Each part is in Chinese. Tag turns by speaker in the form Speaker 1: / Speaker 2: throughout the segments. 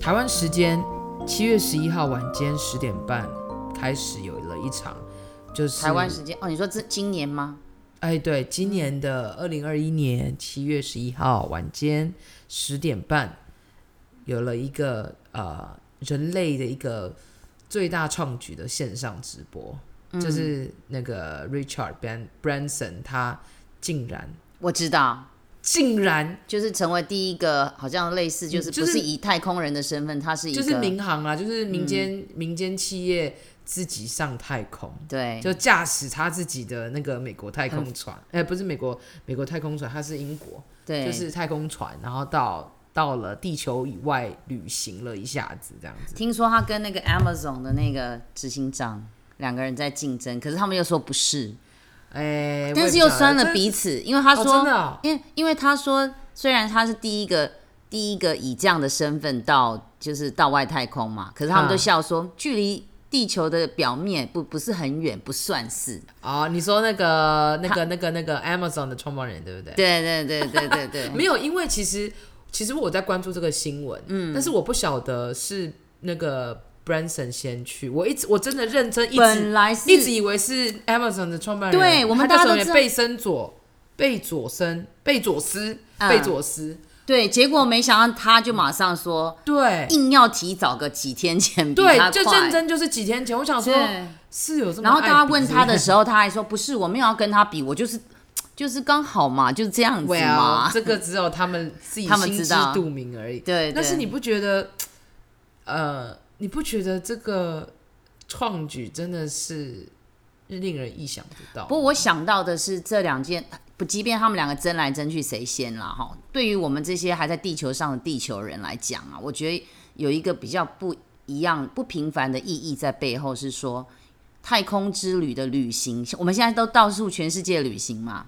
Speaker 1: 台湾时间七月十一号晚间十点半开始有了一场，就是
Speaker 2: 台湾时间哦，你说这今年吗？
Speaker 1: 哎，对，今年的二零二一年七月十一号晚间十点半，有了一个呃人类的一个最大创举的线上直播，
Speaker 2: 嗯
Speaker 1: 就是那个 Richard Ban Branson 他竟然
Speaker 2: 我知道，
Speaker 1: 竟然
Speaker 2: 就是成为第一个，好像类似就是
Speaker 1: 嗯就
Speaker 2: 不
Speaker 1: 是
Speaker 2: 是以太空人的身份，他是一个嗯
Speaker 1: 就是民航啊，就是民间、民间企业自己上太空。
Speaker 2: 对
Speaker 1: 就驾驶他自己的那个美国
Speaker 2: 嗯
Speaker 1: 太空船，哎、不是美国美国太空船，他是英国，
Speaker 2: 对，
Speaker 1: 就是太空船，然后到到了地球以外旅行了一下子，这样子。
Speaker 2: 听说他跟那个 Amazon 的那个执行长两个人在竞争，可是他们又说不是，
Speaker 1: 哎、
Speaker 2: 但是又酸
Speaker 1: 酸
Speaker 2: 了彼此，因为他
Speaker 1: 哦、真
Speaker 2: 说，
Speaker 1: 的哦、
Speaker 2: 因为因为他说，虽然他是第一个第一个以这样的身份到就是到外太空嘛，可是他
Speaker 1: 嗯
Speaker 2: 们都笑说，距离地球的表面不不是很远，不算是。
Speaker 1: 哦，你说那个那个那个那个 Amazon 的创办人对不对？
Speaker 2: 对对对对对 对，
Speaker 1: 没有，因为其实其实我在关注这个新闻，嗯，但是我不晓得是那个 Branson 先去，我一直我真的认真一直
Speaker 2: 本来是
Speaker 1: 一直以为是 Amazon 的创办人，
Speaker 2: 对我们
Speaker 1: 他叫
Speaker 2: 大家
Speaker 1: 什
Speaker 2: 都
Speaker 1: 么
Speaker 2: 知道
Speaker 1: 贝森佐贝佐森贝佐斯
Speaker 2: 嗯
Speaker 1: 贝佐斯，
Speaker 2: 对，结果没想到他就马上说，
Speaker 1: 对
Speaker 2: 硬要提早个几天前比
Speaker 1: 对
Speaker 2: 他，
Speaker 1: 就
Speaker 2: 快
Speaker 1: 认真就是几天前，我想说
Speaker 2: 对
Speaker 1: 是有这么，
Speaker 2: 然后大家问他的。时候，他还说不是，我没有要跟他比，我就是就是刚好嘛，就是这样子
Speaker 1: Well，
Speaker 2: 嘛。
Speaker 1: 这个只有他们自己
Speaker 2: 他们
Speaker 1: 心
Speaker 2: 知
Speaker 1: 知
Speaker 2: 道
Speaker 1: 肚明而已。
Speaker 2: 对，
Speaker 1: 但是
Speaker 2: 对
Speaker 1: 你不觉得，呃，你不觉得这个创举真的是令人意想不到？
Speaker 2: 不过我想到的是这两件，不，即便他们两个争来争去谁先啦，哈，对于我们这些还在地球上的地球人来讲啊，我觉得有一个比较不一样、不平凡的意义在背后，是说太空之旅的旅行，我们现在都到处全世界旅行嘛，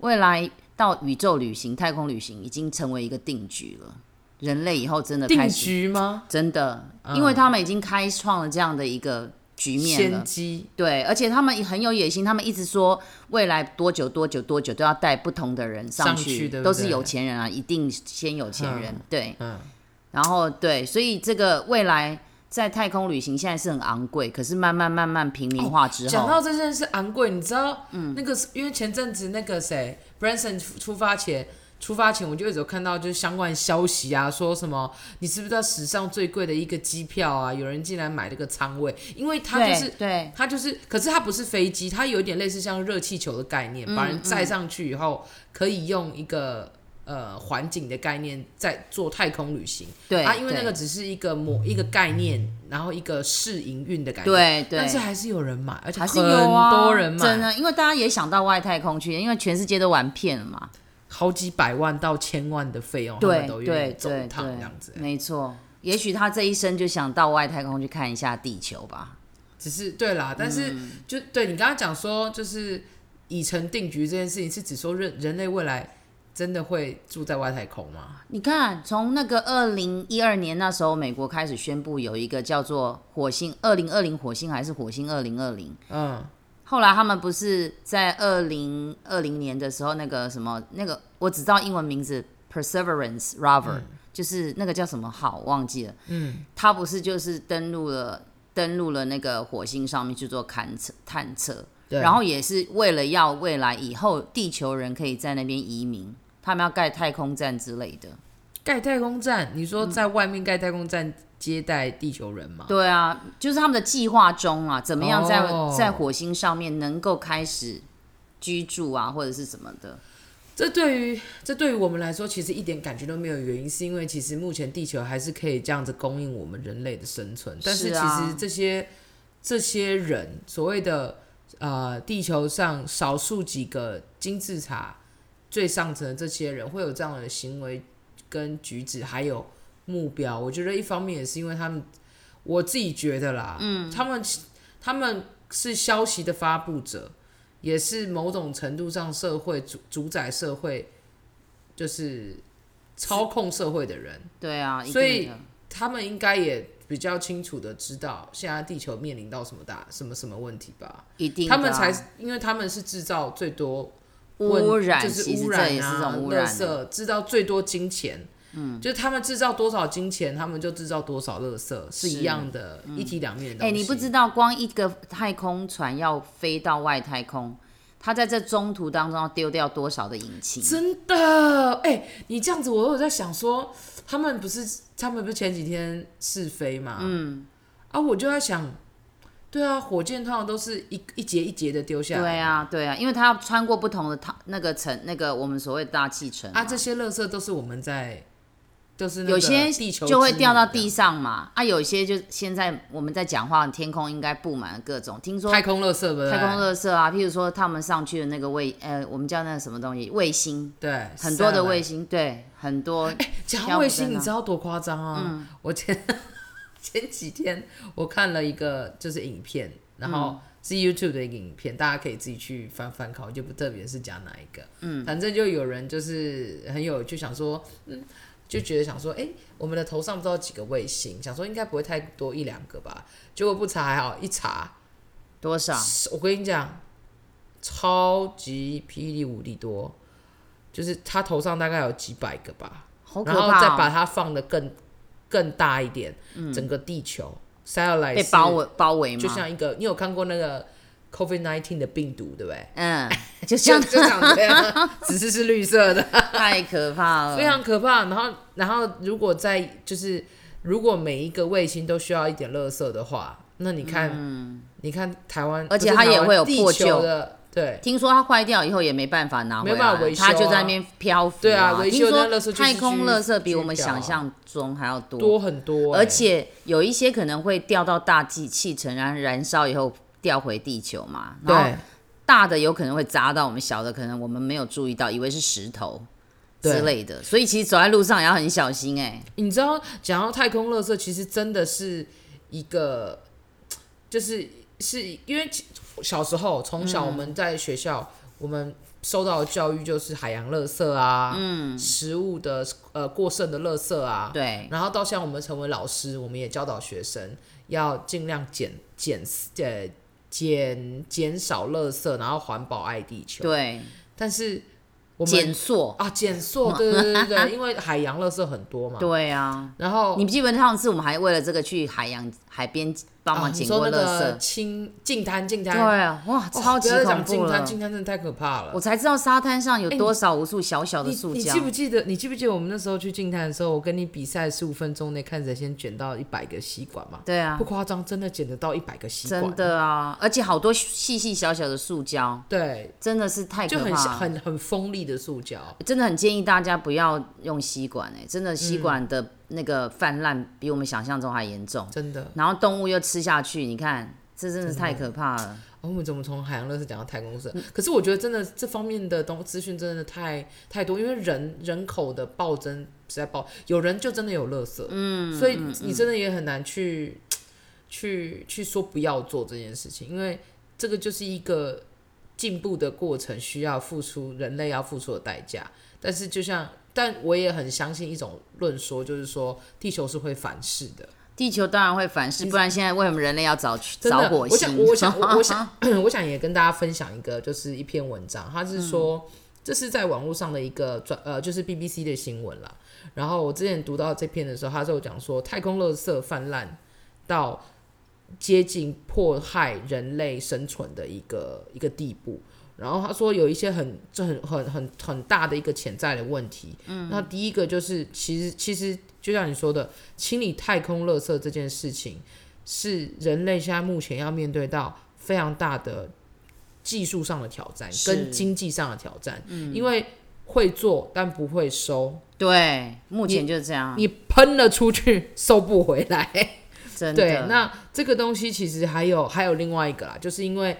Speaker 2: 未来到宇宙旅行、太空旅行已经成为一个定局了。人类以后真的
Speaker 1: 定
Speaker 2: 开始
Speaker 1: 局吗？
Speaker 2: 真的，因为他们已经开创了这样的一个局面
Speaker 1: 先
Speaker 2: 了。
Speaker 1: 机
Speaker 2: 对，而且他们很有野心，他们一直说未来多久多久多久都要带不同的人上
Speaker 1: 上去对不
Speaker 2: 都是
Speaker 1: 对
Speaker 2: 有钱人啊，一定先有钱人。对，
Speaker 1: 嗯
Speaker 2: 然后对，所以这个未来在太空旅行现在是很昂贵，可是慢慢慢慢平民化之后，
Speaker 1: 哦讲到这件事昂贵，你知道，那个是因为前阵子那个谁，Branson 出出发前。出发前我就一直有看到就是相关消息啊，说什么你知不知道史上最贵的一个机票啊？有人竟然买了个仓位，因为他就
Speaker 2: 对
Speaker 1: 是
Speaker 2: 对
Speaker 1: 它就是，可是它不是飞机，它有一点类似像热气球的概念，
Speaker 2: 嗯
Speaker 1: 把人载上去以后，可以用一个呃环境的概念在做太空旅行。
Speaker 2: 对
Speaker 1: 啊，因为
Speaker 2: 对
Speaker 1: 那个只是一个某一个概念，然后一个试营运的感觉。
Speaker 2: 对对
Speaker 1: 但是还是有人买，而且
Speaker 2: 还
Speaker 1: 很
Speaker 2: 是有啊，
Speaker 1: 多人买，
Speaker 2: 真的，因为大家也想到外太空去，因为全世界都玩遍了嘛。
Speaker 1: 好几百万到千万的费哦用，他
Speaker 2: 对
Speaker 1: 们都愿意
Speaker 2: 对
Speaker 1: 走
Speaker 2: 对
Speaker 1: 一趟
Speaker 2: 对
Speaker 1: 这样子。
Speaker 2: 没错。也许他这一生就想到外太空去看一下地球吧。
Speaker 1: 只是对
Speaker 2: 嗯
Speaker 1: 啦，但是、就对你刚刚讲说，就是已成定局这件事情，是指说人人类未来真的会住在外太空吗？
Speaker 2: 你看，从那个二零一二年那时候，美国开始宣布有一个叫做火星二零二零火星还是火星二零二零。
Speaker 1: 嗯，
Speaker 2: 后来他们不是在二零二零年的时候，那个什么那个，我只知道英文名字 Perseverance Rover，、就是
Speaker 1: 嗯
Speaker 2: 那个叫什么好忘记了。嗯，它不是就是登陆了登陆了那个火星上面去做勘测探测，
Speaker 1: 对
Speaker 2: 然后也是为了要未来以后地球人可以在那边移民，他们要盖太空站之类的。
Speaker 1: 盖太空站，你说在外面盖太空站接待地球人吗？
Speaker 2: 对啊，就是他们的计划中啊，怎么样在、
Speaker 1: 哦
Speaker 2: 在火星上面能够开始居住啊，或者是什么的。
Speaker 1: 这对于这对于我们来说，其实一点感觉都没有。原因是因为其实目前地球还是可以这样子供应我们人类的生存，但是
Speaker 2: 是
Speaker 1: 其
Speaker 2: 啊
Speaker 1: 实这些这些人所谓的呃地球上少数几个金字塔最上层的这些人会有这样的行为跟举止，还有目标。我觉得一方面也是因为他们，我自己觉得啦，嗯，他们他们是消息的发布者，也是某种程度上社会主主宰社会，就是操控社会的人，
Speaker 2: 对啊，一
Speaker 1: 所
Speaker 2: 定
Speaker 1: 以
Speaker 2: 的。
Speaker 1: 他们应该也比较清楚的知道现在地球面临到什么大什么什么问题吧？
Speaker 2: 一定的
Speaker 1: 他
Speaker 2: 啊
Speaker 1: 们才因为他们是制造最多问
Speaker 2: 污染，
Speaker 1: 就是
Speaker 2: 其实
Speaker 1: 污
Speaker 2: 这
Speaker 1: 染
Speaker 2: 也是
Speaker 1: 啊、
Speaker 2: 种污
Speaker 1: 垃
Speaker 2: 染的。欸
Speaker 1: 圾，制造最多金钱，嗯，就是他们制造多少金钱，他们就制造多少垃圾，是一样的，一体两面的东
Speaker 2: 哎、
Speaker 1: 西。
Speaker 2: 你不知道，光一个太空船要飞到外太空，它在这中途当中要丢掉多少的引擎？
Speaker 1: 真的，哎、你这样子，我有在想说，他们不是他们不是前几天试飞嘛？嗯，啊，我就在想，对啊，火箭通常都是一一节一节的丢下来，
Speaker 2: 对啊，对啊，因为它要穿过不同的套那个层，那个我们所谓的大气层嘛
Speaker 1: 啊，这些垃圾都是我们在，都是那个
Speaker 2: 有些
Speaker 1: 地球
Speaker 2: 就会
Speaker 1: 之
Speaker 2: 掉到
Speaker 1: 母的
Speaker 2: 地上嘛，啊，有些就现在我们在讲话，天空应该布满了各种。听说
Speaker 1: 太空垃圾不
Speaker 2: 太空
Speaker 1: 圾
Speaker 2: 垃圾啊，譬如说他们上去的那个卫，呃，我们叫那个什么东西，卫星，
Speaker 1: 对
Speaker 2: 很多的
Speaker 1: 卫。
Speaker 2: 卫星，对，很多，
Speaker 1: 讲
Speaker 2: 挑
Speaker 1: 到卫
Speaker 2: 不
Speaker 1: 星，
Speaker 2: 真
Speaker 1: 你
Speaker 2: 啊
Speaker 1: 知道多夸张啊？我前 前几天我看了一个就是影片，然后是 YouTube 的一个影片，大家可以自己去翻翻看，我就不特别是讲哪一个。嗯，反正就有人就是很有就想说，嗯，就觉得想说，哎、我们的头上不知道几个卫星，想说应该不会太多一两个吧，结果不查还好，一查，
Speaker 2: 多少？
Speaker 1: 我跟你讲，超级霹雳无敌多，就是他头上大概有几百个吧。
Speaker 2: 好可
Speaker 1: 然
Speaker 2: 怕、哦！嗯
Speaker 1: 后再把它放的更更大一点，整个地球 satellite
Speaker 2: 被
Speaker 1: 是
Speaker 2: 包，围包围吗？
Speaker 1: 就像一个你有看过那个 COVID nineteen 的病毒对不 对？
Speaker 2: 嗯，
Speaker 1: 就
Speaker 2: 就像
Speaker 1: 就长这样，啊只是是绿色 的，
Speaker 2: 太可怕了，
Speaker 1: 非常可怕。然后然后如果在就是如果每一个卫星都需要一点垃圾的话，那你看、你看台湾，
Speaker 2: 嗯而且
Speaker 1: 不是
Speaker 2: 它也
Speaker 1: 台湾
Speaker 2: 会有
Speaker 1: 地
Speaker 2: 破
Speaker 1: 球
Speaker 2: 旧
Speaker 1: 的，对。
Speaker 2: 听说它坏掉以后也没办法拿回来，
Speaker 1: 没办法维修啊
Speaker 2: 它就在那边漂浮、
Speaker 1: 对啊维修
Speaker 2: 听说
Speaker 1: 那垃圾就是
Speaker 2: 太空
Speaker 1: 去
Speaker 2: 垃圾比我们
Speaker 1: 去掉啊
Speaker 2: 想象中还要多，
Speaker 1: 多很多欸、
Speaker 2: 而且有一些可能会掉到大气气层，然后燃烧以后掉回地球嘛。
Speaker 1: 对，，
Speaker 2: 大的有可能会砸到我们，小的可能我们没有注意到，以为是石头
Speaker 1: 对
Speaker 2: 之类的。所以其实走在路上也要很小心哎、
Speaker 1: 你知道，讲到太空垃圾，其实真的是一个，就是是因为其小时候从小我们在学校，我们受到的教育就是海洋垃圾啊，嗯，食物的呃过剩的垃圾啊，。
Speaker 2: 对，
Speaker 1: 然后到现在我们成为老师，我们也教导学生要尽量减减呃减减少垃圾，然后环保爱地球。
Speaker 2: 对，
Speaker 1: 但是我
Speaker 2: 减
Speaker 1: 们
Speaker 2: 塑，
Speaker 1: 啊减塑，对对对对 对，因为海洋垃圾很多嘛。
Speaker 2: 对啊。
Speaker 1: 然后
Speaker 2: 你记不记得上次我们还为了这个去海洋海边帮忙捡过
Speaker 1: 啊
Speaker 2: 垃
Speaker 1: 你说那个
Speaker 2: 圾？
Speaker 1: 清净滩，净
Speaker 2: 对
Speaker 1: 滩，
Speaker 2: 啊，哇，
Speaker 1: 哦
Speaker 2: 超级
Speaker 1: 不要再
Speaker 2: 恐
Speaker 1: 讲
Speaker 2: 怖
Speaker 1: 净
Speaker 2: 了
Speaker 1: 滩，！净滩真的太可怕了
Speaker 2: 我。才知道沙滩上有
Speaker 1: 哎你
Speaker 2: 多少无数小小的
Speaker 1: 你
Speaker 2: 塑
Speaker 1: 你
Speaker 2: 胶
Speaker 1: 记。不记得？你记不记得我们那时候去净滩的时候，我跟你比赛十五分钟内看谁先卷到一百个吸管嘛？
Speaker 2: 对啊
Speaker 1: 不，夸张，真的捡得到一百个吸管，
Speaker 2: 真。的啊，而且好多细细小小的塑胶。
Speaker 1: 对，
Speaker 2: 真的是太
Speaker 1: 就
Speaker 2: 可
Speaker 1: 很
Speaker 2: 怕了。
Speaker 1: 很很锋利的塑胶，
Speaker 2: 真的很建议大家不要用吸管、欸，真的吸
Speaker 1: 嗯
Speaker 2: 管的那个泛滥比我们想象中还严重。
Speaker 1: 真的。
Speaker 2: 然后动物又吃下去，你看这真的是太可怕了。
Speaker 1: 哦我们怎么从海洋垃圾讲到太空垃圾？可是我觉得真的这方面的东资讯真的太太多，因为人人口的暴增实在暴，有人就真的有垃圾，嗯，所以你真的也很难去、去去说不要做这件事情，因为这个就是一个进步的过程，需要付出人类要付出的代价。但是就像，但我也很相信一种论说，就是说地球是会反噬的。
Speaker 2: 地球当然会反噬，不然现在为什么人类要找
Speaker 1: 真
Speaker 2: 找
Speaker 1: 的，
Speaker 2: 火
Speaker 1: 我想，
Speaker 2: 星？
Speaker 1: 我想，我我想，我想也跟大家分享一个，就是一篇文章，它是说、
Speaker 2: 嗯
Speaker 1: 这是在网络上的一个转呃，就是 BBC 的新闻啦。然后我之前读到这篇的时候，他就讲说，太空垃圾泛滥到接近迫害人类生存的一个一个地步。然后他说有一些很这很很很很大的一个潜在的问题。嗯，那第一个就是其实其实就像你说的，清理太空垃圾这件事情是人类现在目前要面对到非常大的技术上的挑战
Speaker 2: 是
Speaker 1: 跟经济上的挑战。嗯，因为会做但不会收，
Speaker 2: 对，目前就是这样，
Speaker 1: 你喷了出去收不回来。
Speaker 2: 真的。
Speaker 1: 对，那这个东西其实还有还有另外一个啦，就是因为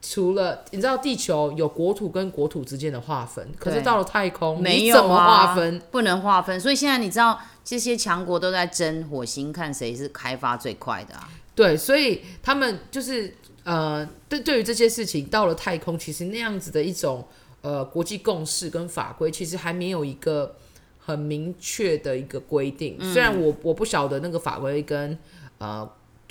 Speaker 1: 除了你知道地球有国土跟国土之间的划分，可是
Speaker 2: 对
Speaker 1: 到了太空，
Speaker 2: 没
Speaker 1: 你
Speaker 2: 有
Speaker 1: 怎么
Speaker 2: 啊
Speaker 1: 划分？
Speaker 2: 不能划分，所以现在你知道这些强国都在争火星，看谁是开发最快的啊。
Speaker 1: 对，所以他们就是呃，对对于这些事情，到了太空，其实那样子的一种呃国际共识跟法规，其实还没有一个很
Speaker 2: 嗯
Speaker 1: 明确的一个规定。虽然我我不晓得那个法规跟呃。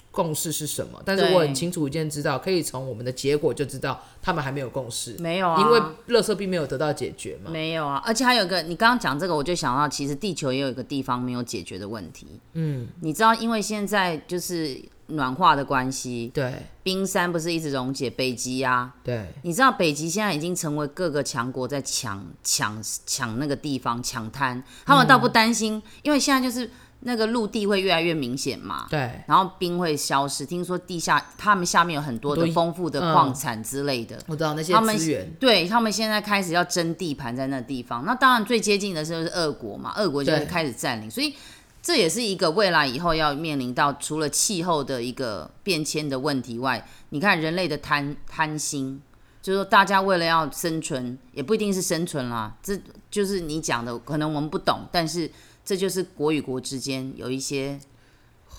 Speaker 1: 共识是什么，但是
Speaker 2: 对
Speaker 1: 我很清楚一件知道，可以从我们的结果就知道他们还没有共识，
Speaker 2: 没有啊，
Speaker 1: 因为垃圾并没有得到解决嘛。
Speaker 2: 没有啊，而且还有一个，你刚刚讲这个，我就想到，其实地球也有一个地方没有解决的问题。嗯，你知道，因为现在就是暖化的关系，
Speaker 1: 对
Speaker 2: 冰山不是一直溶解，北极啊，
Speaker 1: 对，
Speaker 2: 你知道北极现在已经成为各个强国在抢抢抢那个地方抢滩，他们倒不担心，因为现在就是那个陆地会越来越明显嘛。
Speaker 1: 对，
Speaker 2: 然后冰会消失，听说地下他们下面有很多的
Speaker 1: 很多
Speaker 2: 丰富的
Speaker 1: 嗯
Speaker 2: 矿产之类的，
Speaker 1: 我知道那些
Speaker 2: 他们
Speaker 1: 资源，
Speaker 2: 对他们现在开始要争地盘在那地方。那当然最接近的时候是俄国嘛，俄国就是
Speaker 1: 对
Speaker 2: 开始占领，所以这也是一个未来以后要面临到除了气候的一个变迁的问题外，你看人类的贪贪心。就是说，大家为了要生存，也不一定是生存啦。这就是你讲的，可能我们不懂，但是这就是国与国之间有一些，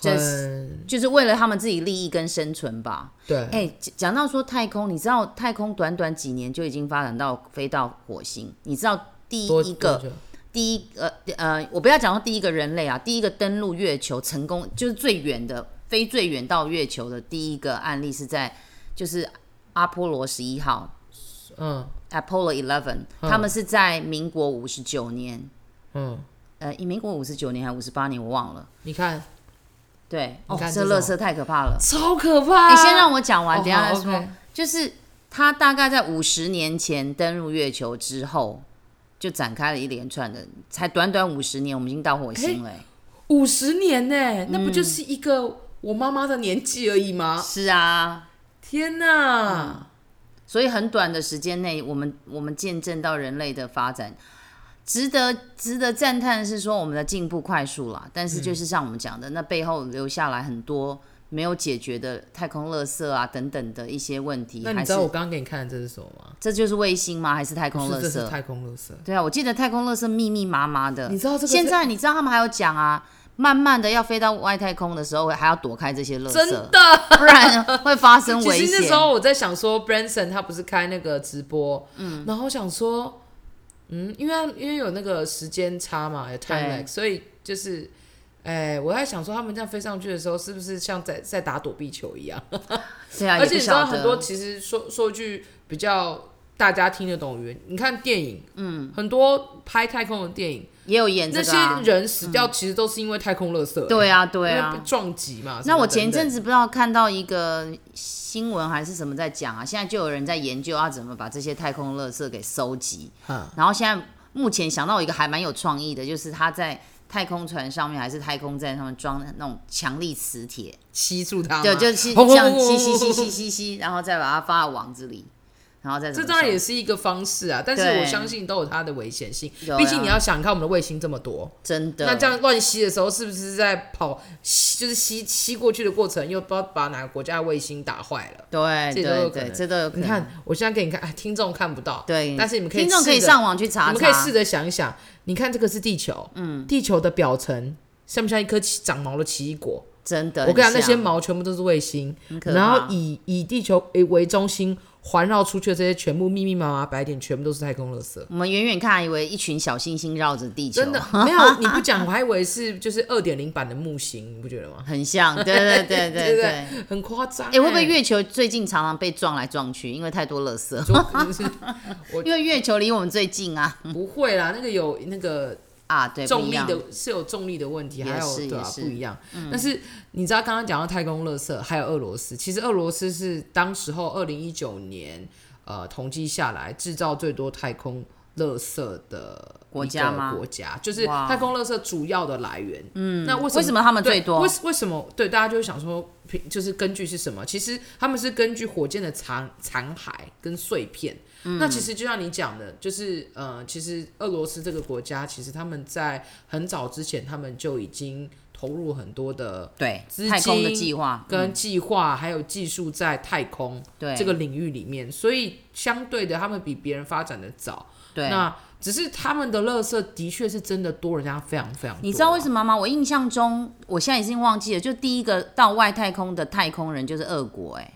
Speaker 2: 这
Speaker 1: 很
Speaker 2: 就是为了他们自己利益跟生存吧。
Speaker 1: 对，
Speaker 2: 哎、讲讲到说太空，你知道太空短短几年就已经发展到飞到火星。你知道第
Speaker 1: 多
Speaker 2: 一
Speaker 1: 多
Speaker 2: 个
Speaker 1: 久
Speaker 2: 第一呃呃，我不要讲到第一个人类啊，第一个登陆月球成功就是最远的飞最远到月球的第一个案例是在就是阿波罗十一号
Speaker 1: 嗯
Speaker 2: （Apollo Eleven），、他们是在民国五十九年，
Speaker 1: 嗯，
Speaker 2: 呃，民国五十九年还五十八年我忘了。
Speaker 1: 你看
Speaker 2: 对，
Speaker 1: 你
Speaker 2: 哦，
Speaker 1: 看
Speaker 2: 这
Speaker 1: 这
Speaker 2: 乐
Speaker 1: 种
Speaker 2: 色太可怕了。
Speaker 1: 超可怕、
Speaker 2: 你、先让我讲完，
Speaker 1: 哦
Speaker 2: 等一下再
Speaker 1: 好
Speaker 2: 说。
Speaker 1: ，OK
Speaker 2: 就是他大概在五十年前登陆月球之后，就展开了一连串的，才短短五十年，我们已经到火星了欸、
Speaker 1: 五十年呢、
Speaker 2: 嗯
Speaker 1: 那不就是一个我妈妈的年纪而已吗？
Speaker 2: 是啊，
Speaker 1: 天哪！
Speaker 2: 所以很短的时间内，我们我们见证到人类的发展。值得值得赞叹的是说我们的进步快速啦，但是就是像我们讲的，那背后留下来很多没有解决的太空垃圾啊等等的一些问题，
Speaker 1: 那
Speaker 2: 嗯
Speaker 1: 你
Speaker 2: 还是
Speaker 1: 知道我刚刚给你看的这是什么吗？
Speaker 2: 这就是卫星吗？还是太空
Speaker 1: 不
Speaker 2: 垃
Speaker 1: 是，这
Speaker 2: 圾
Speaker 1: 是？太空垃圾。
Speaker 2: 对啊，我记得太空垃圾密密麻麻的。
Speaker 1: 你知道这个是
Speaker 2: 现在你知道他们还有讲啊，慢慢的要飞到外太空的时候，还要躲开这些垃圾，
Speaker 1: 真的，
Speaker 2: 不然会发生
Speaker 1: 其
Speaker 2: 危
Speaker 1: 实那时
Speaker 2: 险。
Speaker 1: 候我在想说，Branson 他不是开那个直播，嗯，然后我想说，嗯，因为他因为有那个时间差嘛，有 time
Speaker 2: 对
Speaker 1: lag，所以就是，哎、我在想说他们这样飞上去的时候，是不是像在在打躲避球一样？
Speaker 2: 对啊，
Speaker 1: 而且你
Speaker 2: 也不
Speaker 1: 知道
Speaker 2: 晓
Speaker 1: 很多，
Speaker 2: 得。
Speaker 1: 其实说说句比较大家听得懂的原因，你看电影，嗯，很多拍太空的电影，
Speaker 2: 也有演这
Speaker 1: 那
Speaker 2: 个、啊
Speaker 1: 些。人死掉其实都是因为太空垃圾、
Speaker 2: 对啊，对
Speaker 1: 因为
Speaker 2: 啊
Speaker 1: 被。撞击嘛。
Speaker 2: 那我前一阵
Speaker 1: 子
Speaker 2: 子不知道看到一个新闻还是什么在讲啊，现在就有人在研究要怎么把这些太空垃圾给收集。
Speaker 1: 啊
Speaker 2: 然后现在目前想到一个还蛮有创意的，就是他在太空船上面还是太空站上面装那种强力磁铁，
Speaker 1: 吸住它嘛，哦
Speaker 2: 对，就是吸
Speaker 1: 轰
Speaker 2: 这
Speaker 1: 轰
Speaker 2: 样
Speaker 1: 轰轰
Speaker 2: 吸吸吸
Speaker 1: 轰
Speaker 2: 吸吸吸，然后再把它放到网子里，然后再怎
Speaker 1: 这
Speaker 2: 么
Speaker 1: 当然
Speaker 2: 收
Speaker 1: 也是一个方式啊，但是
Speaker 2: 对
Speaker 1: 我相信都有它的危险性。
Speaker 2: 有啊
Speaker 1: 毕竟你要想，你看我们的卫星这么多，
Speaker 2: 真的
Speaker 1: 那这样乱吸的时候，是不是在跑吸就是吸吸过去的过程，又不知道把哪个国家的卫星打坏了？
Speaker 2: 对
Speaker 1: 这都有
Speaker 2: 对
Speaker 1: 可
Speaker 2: 对，
Speaker 1: 能
Speaker 2: 这都有可能。
Speaker 1: 你看，我现在给你看，哎，听众看不到，
Speaker 2: 对，
Speaker 1: 但是你们可以
Speaker 2: 听众可以
Speaker 1: 试着
Speaker 2: 上网去查查，
Speaker 1: 你们可以试着想一想，你看这个是地球，嗯，地球的表层像不像一颗奇长毛的奇异果？
Speaker 2: 真的
Speaker 1: 我
Speaker 2: 很像，
Speaker 1: 跟你讲，那些毛全部都是卫星，
Speaker 2: 很可怕，
Speaker 1: 然后以以地球诶为中心环绕出去的这些全部密密麻麻白点，全部都是太空垃圾。
Speaker 2: 我们远远看还以为一群小星星绕着地球，
Speaker 1: 真 的没有，你不讲我还以为是就是二点零版的木星，你不觉得吗？
Speaker 2: 很像，对 对
Speaker 1: 对
Speaker 2: 对
Speaker 1: 不
Speaker 2: 对。
Speaker 1: 对，很夸张、
Speaker 2: 哎、
Speaker 1: 欸
Speaker 2: 会不会月球最近常常被撞来撞去，因为太多垃圾？
Speaker 1: 就
Speaker 2: 因为月球离我们最近啊
Speaker 1: 不会啦，那个有那个
Speaker 2: 啊，对，不
Speaker 1: 重
Speaker 2: 一
Speaker 1: 力
Speaker 2: 样
Speaker 1: 的是有重力的问题，
Speaker 2: 也
Speaker 1: 还有
Speaker 2: 是
Speaker 1: 对
Speaker 2: 也
Speaker 1: 啊
Speaker 2: 是嗯
Speaker 1: 不一样。但是你知道刚刚讲到太空垃圾，还有俄罗斯，其实俄罗斯是当时候二零一九年呃统计下来制造最多太空垃圾的
Speaker 2: 国
Speaker 1: 一个
Speaker 2: 家吗
Speaker 1: 国家就是
Speaker 2: 哇哦
Speaker 1: 太空垃圾主要的来源。嗯，那为什么
Speaker 2: 为什么他们最
Speaker 1: 对
Speaker 2: 多
Speaker 1: 为什为什么？对，大家就会想说，凭就是根据是什么？其实他们是根据火箭的残残骸跟碎片。
Speaker 2: 嗯
Speaker 1: 那其实就像你讲的，就是呃，其实俄罗斯这个国家，其实他们在很早之前，他们就已经投入很多的
Speaker 2: 对
Speaker 1: 资
Speaker 2: 太空的
Speaker 1: 金
Speaker 2: 计划，
Speaker 1: 跟计划，还有技术在太空
Speaker 2: 对
Speaker 1: 这个领域里面，所以相对的，他们比别人发展的早。
Speaker 2: 对，
Speaker 1: 那只是他们的垃圾的确是真的多，人家非常非常多啊。
Speaker 2: 你知道为什么吗？我印象中，我现在已经忘记了，就第一个到外太空的太空人就是俄国、哎，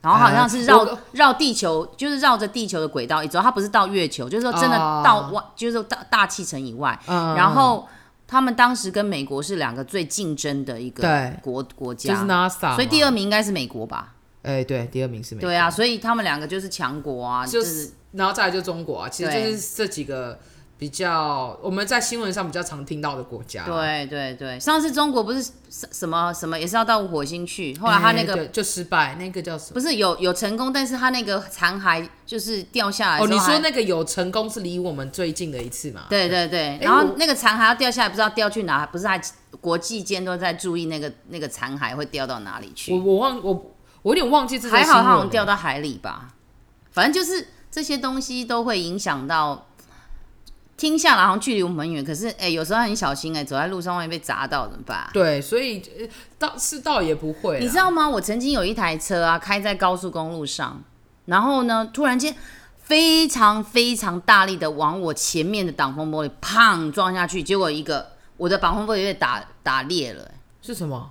Speaker 2: 然后好像是绕、
Speaker 1: 哎我
Speaker 2: 绕地球，就是绕着地球的轨道一周，他不是到月球，就是说真的
Speaker 1: 哦
Speaker 2: 到外，就是说到大气层以外，
Speaker 1: 嗯？
Speaker 2: 然后。他们当时跟美国是两个最竞争的一个
Speaker 1: 对
Speaker 2: 国国
Speaker 1: 就是
Speaker 2: 家，
Speaker 1: NASA，
Speaker 2: 所以第
Speaker 1: 二，
Speaker 2: 二名应该是美国吧？
Speaker 1: 哎，对，第二名是美国，
Speaker 2: 对啊，所以他们两个就是强国啊，
Speaker 1: 就
Speaker 2: 就是
Speaker 1: 是然后再来就中国啊，其实就
Speaker 2: 对
Speaker 1: 是这几个比较我们在新闻上比较常听到的国家，啊
Speaker 2: 对对对。上次中国不是什什么什么也是要到火星去，后来他那
Speaker 1: 哎
Speaker 2: 个
Speaker 1: 对就失败，那个叫什么？
Speaker 2: 不是有有成功，但是他那个残骸就是掉下来的
Speaker 1: 哦，
Speaker 2: 时
Speaker 1: 你
Speaker 2: 候还。
Speaker 1: 说那个有成功是离我们最近的一次嘛？
Speaker 2: 对对对，
Speaker 1: 哎
Speaker 2: 然后
Speaker 1: 我
Speaker 2: 那个残骸要掉下来，不知道掉去哪，不是还国际间都在注意那个那个残骸会掉到哪里
Speaker 1: 我
Speaker 2: 去。
Speaker 1: 我忘我我有点忘记这则
Speaker 2: 还好它
Speaker 1: 新闻
Speaker 2: 好像
Speaker 1: 了
Speaker 2: 掉到海里吧，反正就是这些东西都会影响到。听下来好像距离我们很远，可是哎、有时候很小心哎、走在路上万一被砸到怎么办啊？
Speaker 1: 对，所以呃倒是倒也不会啦，
Speaker 2: 你知道吗？我曾经有一台车啊，开在高速公路上，然后呢，突然间非常非常大力的往我前面的挡风玻璃砰撞下去，结果一个我的挡风玻璃被打打裂了欸、
Speaker 1: 是什么？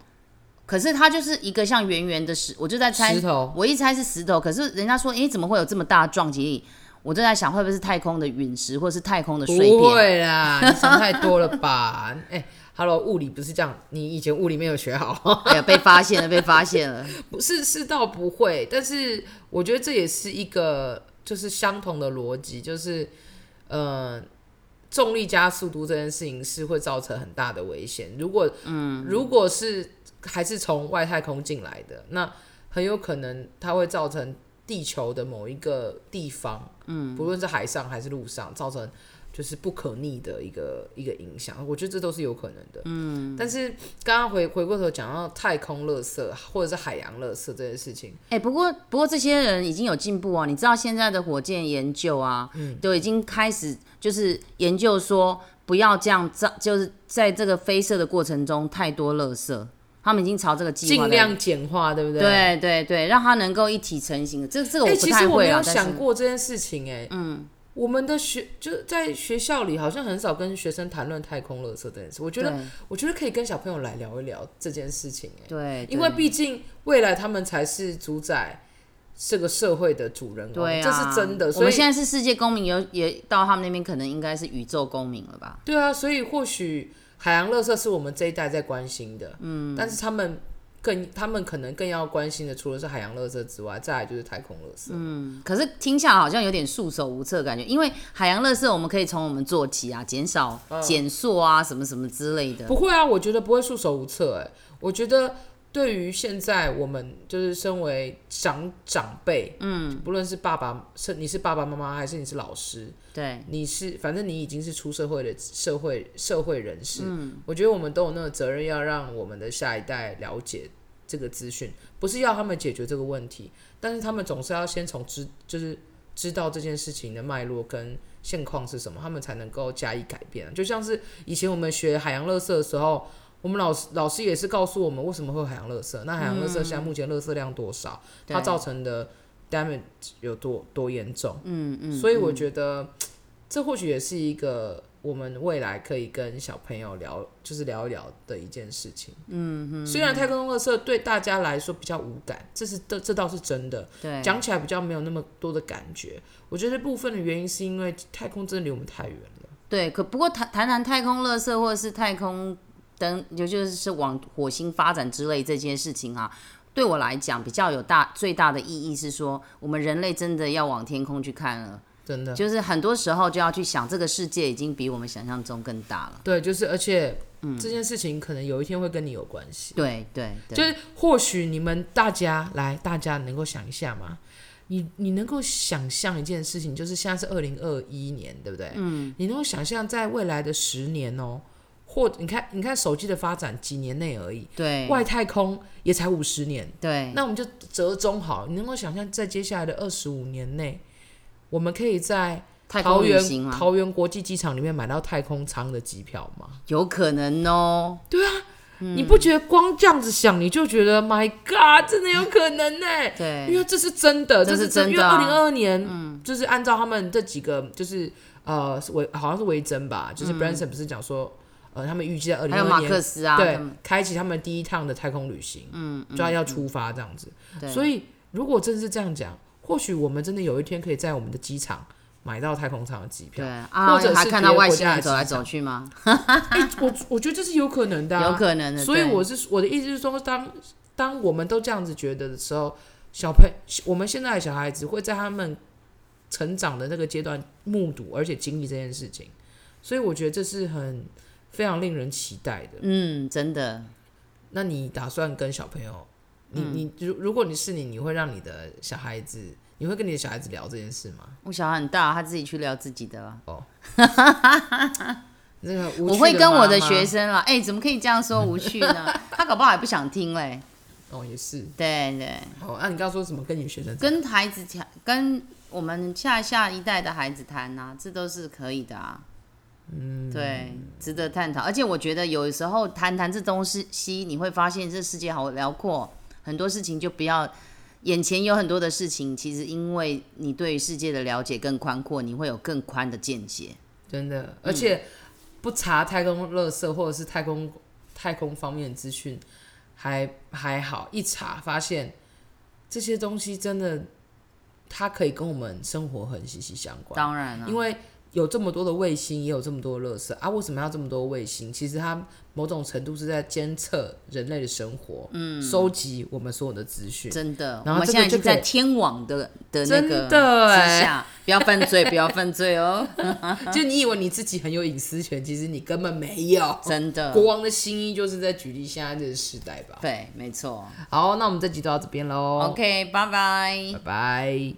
Speaker 2: 可是它就是一个像圆圆的石，我就在猜
Speaker 1: 石头
Speaker 2: 我一猜是石头。可是人家说，诶，怎么会有这么大的撞击力？我就在想，会不会是太空的陨石，或是太空的
Speaker 1: 不
Speaker 2: 碎片？
Speaker 1: 会啦，你想太多了吧？ 哎、哈 h e l l o 物理不是这样，你以前物理没有学好，
Speaker 2: 哎呀，被发现了，被发现了。
Speaker 1: 不是是倒不会，但是我觉得这也是一个就是相同的逻辑，就是呃，重力加速度这件事情是会造成很大的危险。如果嗯，如果是还是从外太空进来的，那很有可能它会造成地球的某一个地方，嗯，不论是海上还是陆上，造成就是不可逆的一个一个影响。我觉得这都是有可能的，嗯。但是刚刚回回过头讲到太空垃圾或者是海洋垃圾这件事情，
Speaker 2: 哎、不过不过这些人已经有进步哦。你知道现在的火箭研究啊，
Speaker 1: 嗯
Speaker 2: 都已经开始就是研究说不要这样造，就是在这个飞射的过程中太多垃圾，他们已经朝这个计划
Speaker 1: 尽
Speaker 2: 在。
Speaker 1: 量简化，对不对？
Speaker 2: 对对对，让它能够一体成型。这这个
Speaker 1: 哎，
Speaker 2: 我不
Speaker 1: 其
Speaker 2: 太
Speaker 1: 实我
Speaker 2: 会
Speaker 1: 没
Speaker 2: 啊，
Speaker 1: 有
Speaker 2: 但是
Speaker 1: 想过这件事情、哎，嗯，我们的学就在学校里好像很少跟学生谈论太空垃圾这件事，我觉得
Speaker 2: 对
Speaker 1: 我觉得可以跟小朋友来聊一聊这件事情、哎，
Speaker 2: 对，
Speaker 1: 因为
Speaker 2: 对
Speaker 1: 毕竟未来他们才是主宰这个社会的主人公，
Speaker 2: 对啊，
Speaker 1: 这是真的，
Speaker 2: 我
Speaker 1: 所
Speaker 2: 们
Speaker 1: 以
Speaker 2: 现在是世界公民，有也到他们那边可能应该是宇宙公民了吧？
Speaker 1: 对啊，所以或许海洋垃圾是我们这一代在关心的，嗯，但是他们更他们可能更要关心的，除了是海洋垃圾之外，再来就是太空垃圾，
Speaker 2: 嗯，可是听下来好像有点束手无策的感觉，因为海洋垃圾我们可以从我们做起啊，减少减塑啊，什么什么之类的。
Speaker 1: 嗯不会啊，我觉得不会束手无策、哎，我觉得对于现在我们就是身为长长辈，嗯，不论是爸爸是你是爸爸妈妈还是你是老师，
Speaker 2: 对，
Speaker 1: 你是反正你已经是出社会的社会社会人士，我觉得我们都有那个责任，要让我们的下一代了解这个资讯，不是要他们解决这个问题，但是他们总是要先从知就是知道这件事情的脉络跟现况是什么，他们才能够加以改变。就像是以前我们学海洋垃圾的时候。我们老师老师也是告诉我们为什么会有海洋垃圾，那海洋垃圾现在目前垃圾量多少，
Speaker 2: 对
Speaker 1: 它造成的 damage 有多多严重。嗯嗯，所以我觉得、这或许也是一个我们未来可以跟小朋友聊，就是聊一聊的一件事情。嗯哼，虽然太空垃圾对大家来说比较无感，这是这这倒是真的，
Speaker 2: 对，
Speaker 1: 讲起来比较没有那么多的感觉。我觉得部分的原因是因为太空真的离我们太远了。
Speaker 2: 对。可不过谈谈谈太空垃圾或者是太空等，也就是往火星发展之类这件事情啊，对我来讲比较有大最大的意义是说，我们人类真的要往天空去看了，
Speaker 1: 真的，
Speaker 2: 就是很多时候就要去想，这个世界已经比我们想象中更大了。
Speaker 1: 对，就是而且、这件事情可能有一天会跟你有关系。
Speaker 2: 对对
Speaker 1: 就
Speaker 2: 对，
Speaker 1: 是或许你们大家来，大家能够想一下吗？你你能够想象一件事情，就是现在是二零二一年，对不对？嗯，你能够想象在未来的十年哦，或你看你看手机的发展几年内而已，
Speaker 2: 对
Speaker 1: 外太空也才五十年，
Speaker 2: 对
Speaker 1: 那我们就折中好，你能够想象在接下来的二十五年内，我们可以在
Speaker 2: 太
Speaker 1: 桃
Speaker 2: 空旅
Speaker 1: 园
Speaker 2: 行嘛，
Speaker 1: 桃园国际机场里面买到太空舱的机票吗？
Speaker 2: 有可能哦。
Speaker 1: 你不觉得光这样子想，你就觉得 My God，真的有可能呢、因
Speaker 2: 对
Speaker 1: 为这是真的，
Speaker 2: 嗯这
Speaker 1: 这
Speaker 2: 是
Speaker 1: 是真
Speaker 2: 真的啊
Speaker 1: 因为二零二二年，就是按照他们这几个，就是呃，是维好像是维珍吧，就是 Branson 不是讲说，呃，他们预计在二零
Speaker 2: 嗯还有
Speaker 1: 二
Speaker 2: 马
Speaker 1: 二
Speaker 2: 克
Speaker 1: 年
Speaker 2: 思啊，
Speaker 1: 对
Speaker 2: 他们
Speaker 1: 开启他们第一趟的太空旅行，嗯，就要要出发这样子。
Speaker 2: 嗯对
Speaker 1: 所以如果真是这样讲，或许我们真的有一天可以在我们的机场买到太空舱的机票
Speaker 2: 对。啊，
Speaker 1: 或者是
Speaker 2: 还看到
Speaker 1: 别的
Speaker 2: 外
Speaker 1: 国
Speaker 2: 星
Speaker 1: 家的
Speaker 2: 人走来
Speaker 1: 机场
Speaker 2: 走去吗？
Speaker 1: 哎、我我觉得这是有可能的、啊，
Speaker 2: 有可能的。
Speaker 1: 所以
Speaker 2: 嗯对
Speaker 1: 我是我的意思是说，当当我们都这样子觉得的时候，小朋我们现在的小孩子会在他们成长的那个阶段目睹而且经历这件事情，所以我觉得这是很非常令人期待的。
Speaker 2: 嗯，真的，
Speaker 1: 那你打算跟小朋友，你
Speaker 2: 嗯
Speaker 1: 你如如果你是你，你会让你的小孩子，你会跟你的小孩子聊这件事吗？
Speaker 2: 我小孩很大，他自己去聊自己的了。
Speaker 1: 那个无趣
Speaker 2: 我会
Speaker 1: 的
Speaker 2: 跟
Speaker 1: 妈
Speaker 2: 我的
Speaker 1: 妈
Speaker 2: 学生啦，哎、怎么可以这样说无趣呢？他搞不好也不想听嘞。
Speaker 1: 哦，也是
Speaker 2: 对对，
Speaker 1: 哦。那、你刚刚说什么？跟你学生
Speaker 2: 跟孩子谈，跟我们下下一代的孩子谈呐、这都是可以的啊。嗯，对，值得探讨。而且我觉得有时候谈谈这东西，你会发现这世界好辽阔，很多事情就不要。眼前有很多的事情，其实因为你对于世界的了解更宽阔，你会有更宽的见解。
Speaker 1: 真的，
Speaker 2: 嗯
Speaker 1: 而且不查太空垃圾或者是太空太空方面的资讯还还好，一查发现这些东西真的，它可以跟我们生活很息息相关。
Speaker 2: 当然了、啊
Speaker 1: 因为有这么多的卫星，也有这么多的垃圾啊，为什么要这么多卫星？其实它某种程度是在监测人类的生活，嗯，收集我们所有的资讯。
Speaker 2: 真的，
Speaker 1: 然后
Speaker 2: 我们
Speaker 1: 这
Speaker 2: 现在
Speaker 1: 个
Speaker 2: 已
Speaker 1: 就
Speaker 2: 经在
Speaker 1: 可以
Speaker 2: 天网的的那
Speaker 1: 真
Speaker 2: 个
Speaker 1: 的
Speaker 2: 之
Speaker 1: 欸
Speaker 2: 下，不要犯罪，不要犯 罪哦，
Speaker 1: 就你以为你自己很有隐私权，其实你根本没有。
Speaker 2: 真的，
Speaker 1: 国王的新衣就是在举例现在这个时代吧。
Speaker 2: 对，没错。
Speaker 1: 好，那我们这集就到这边喽。
Speaker 2: OK，拜拜。
Speaker 1: 拜拜。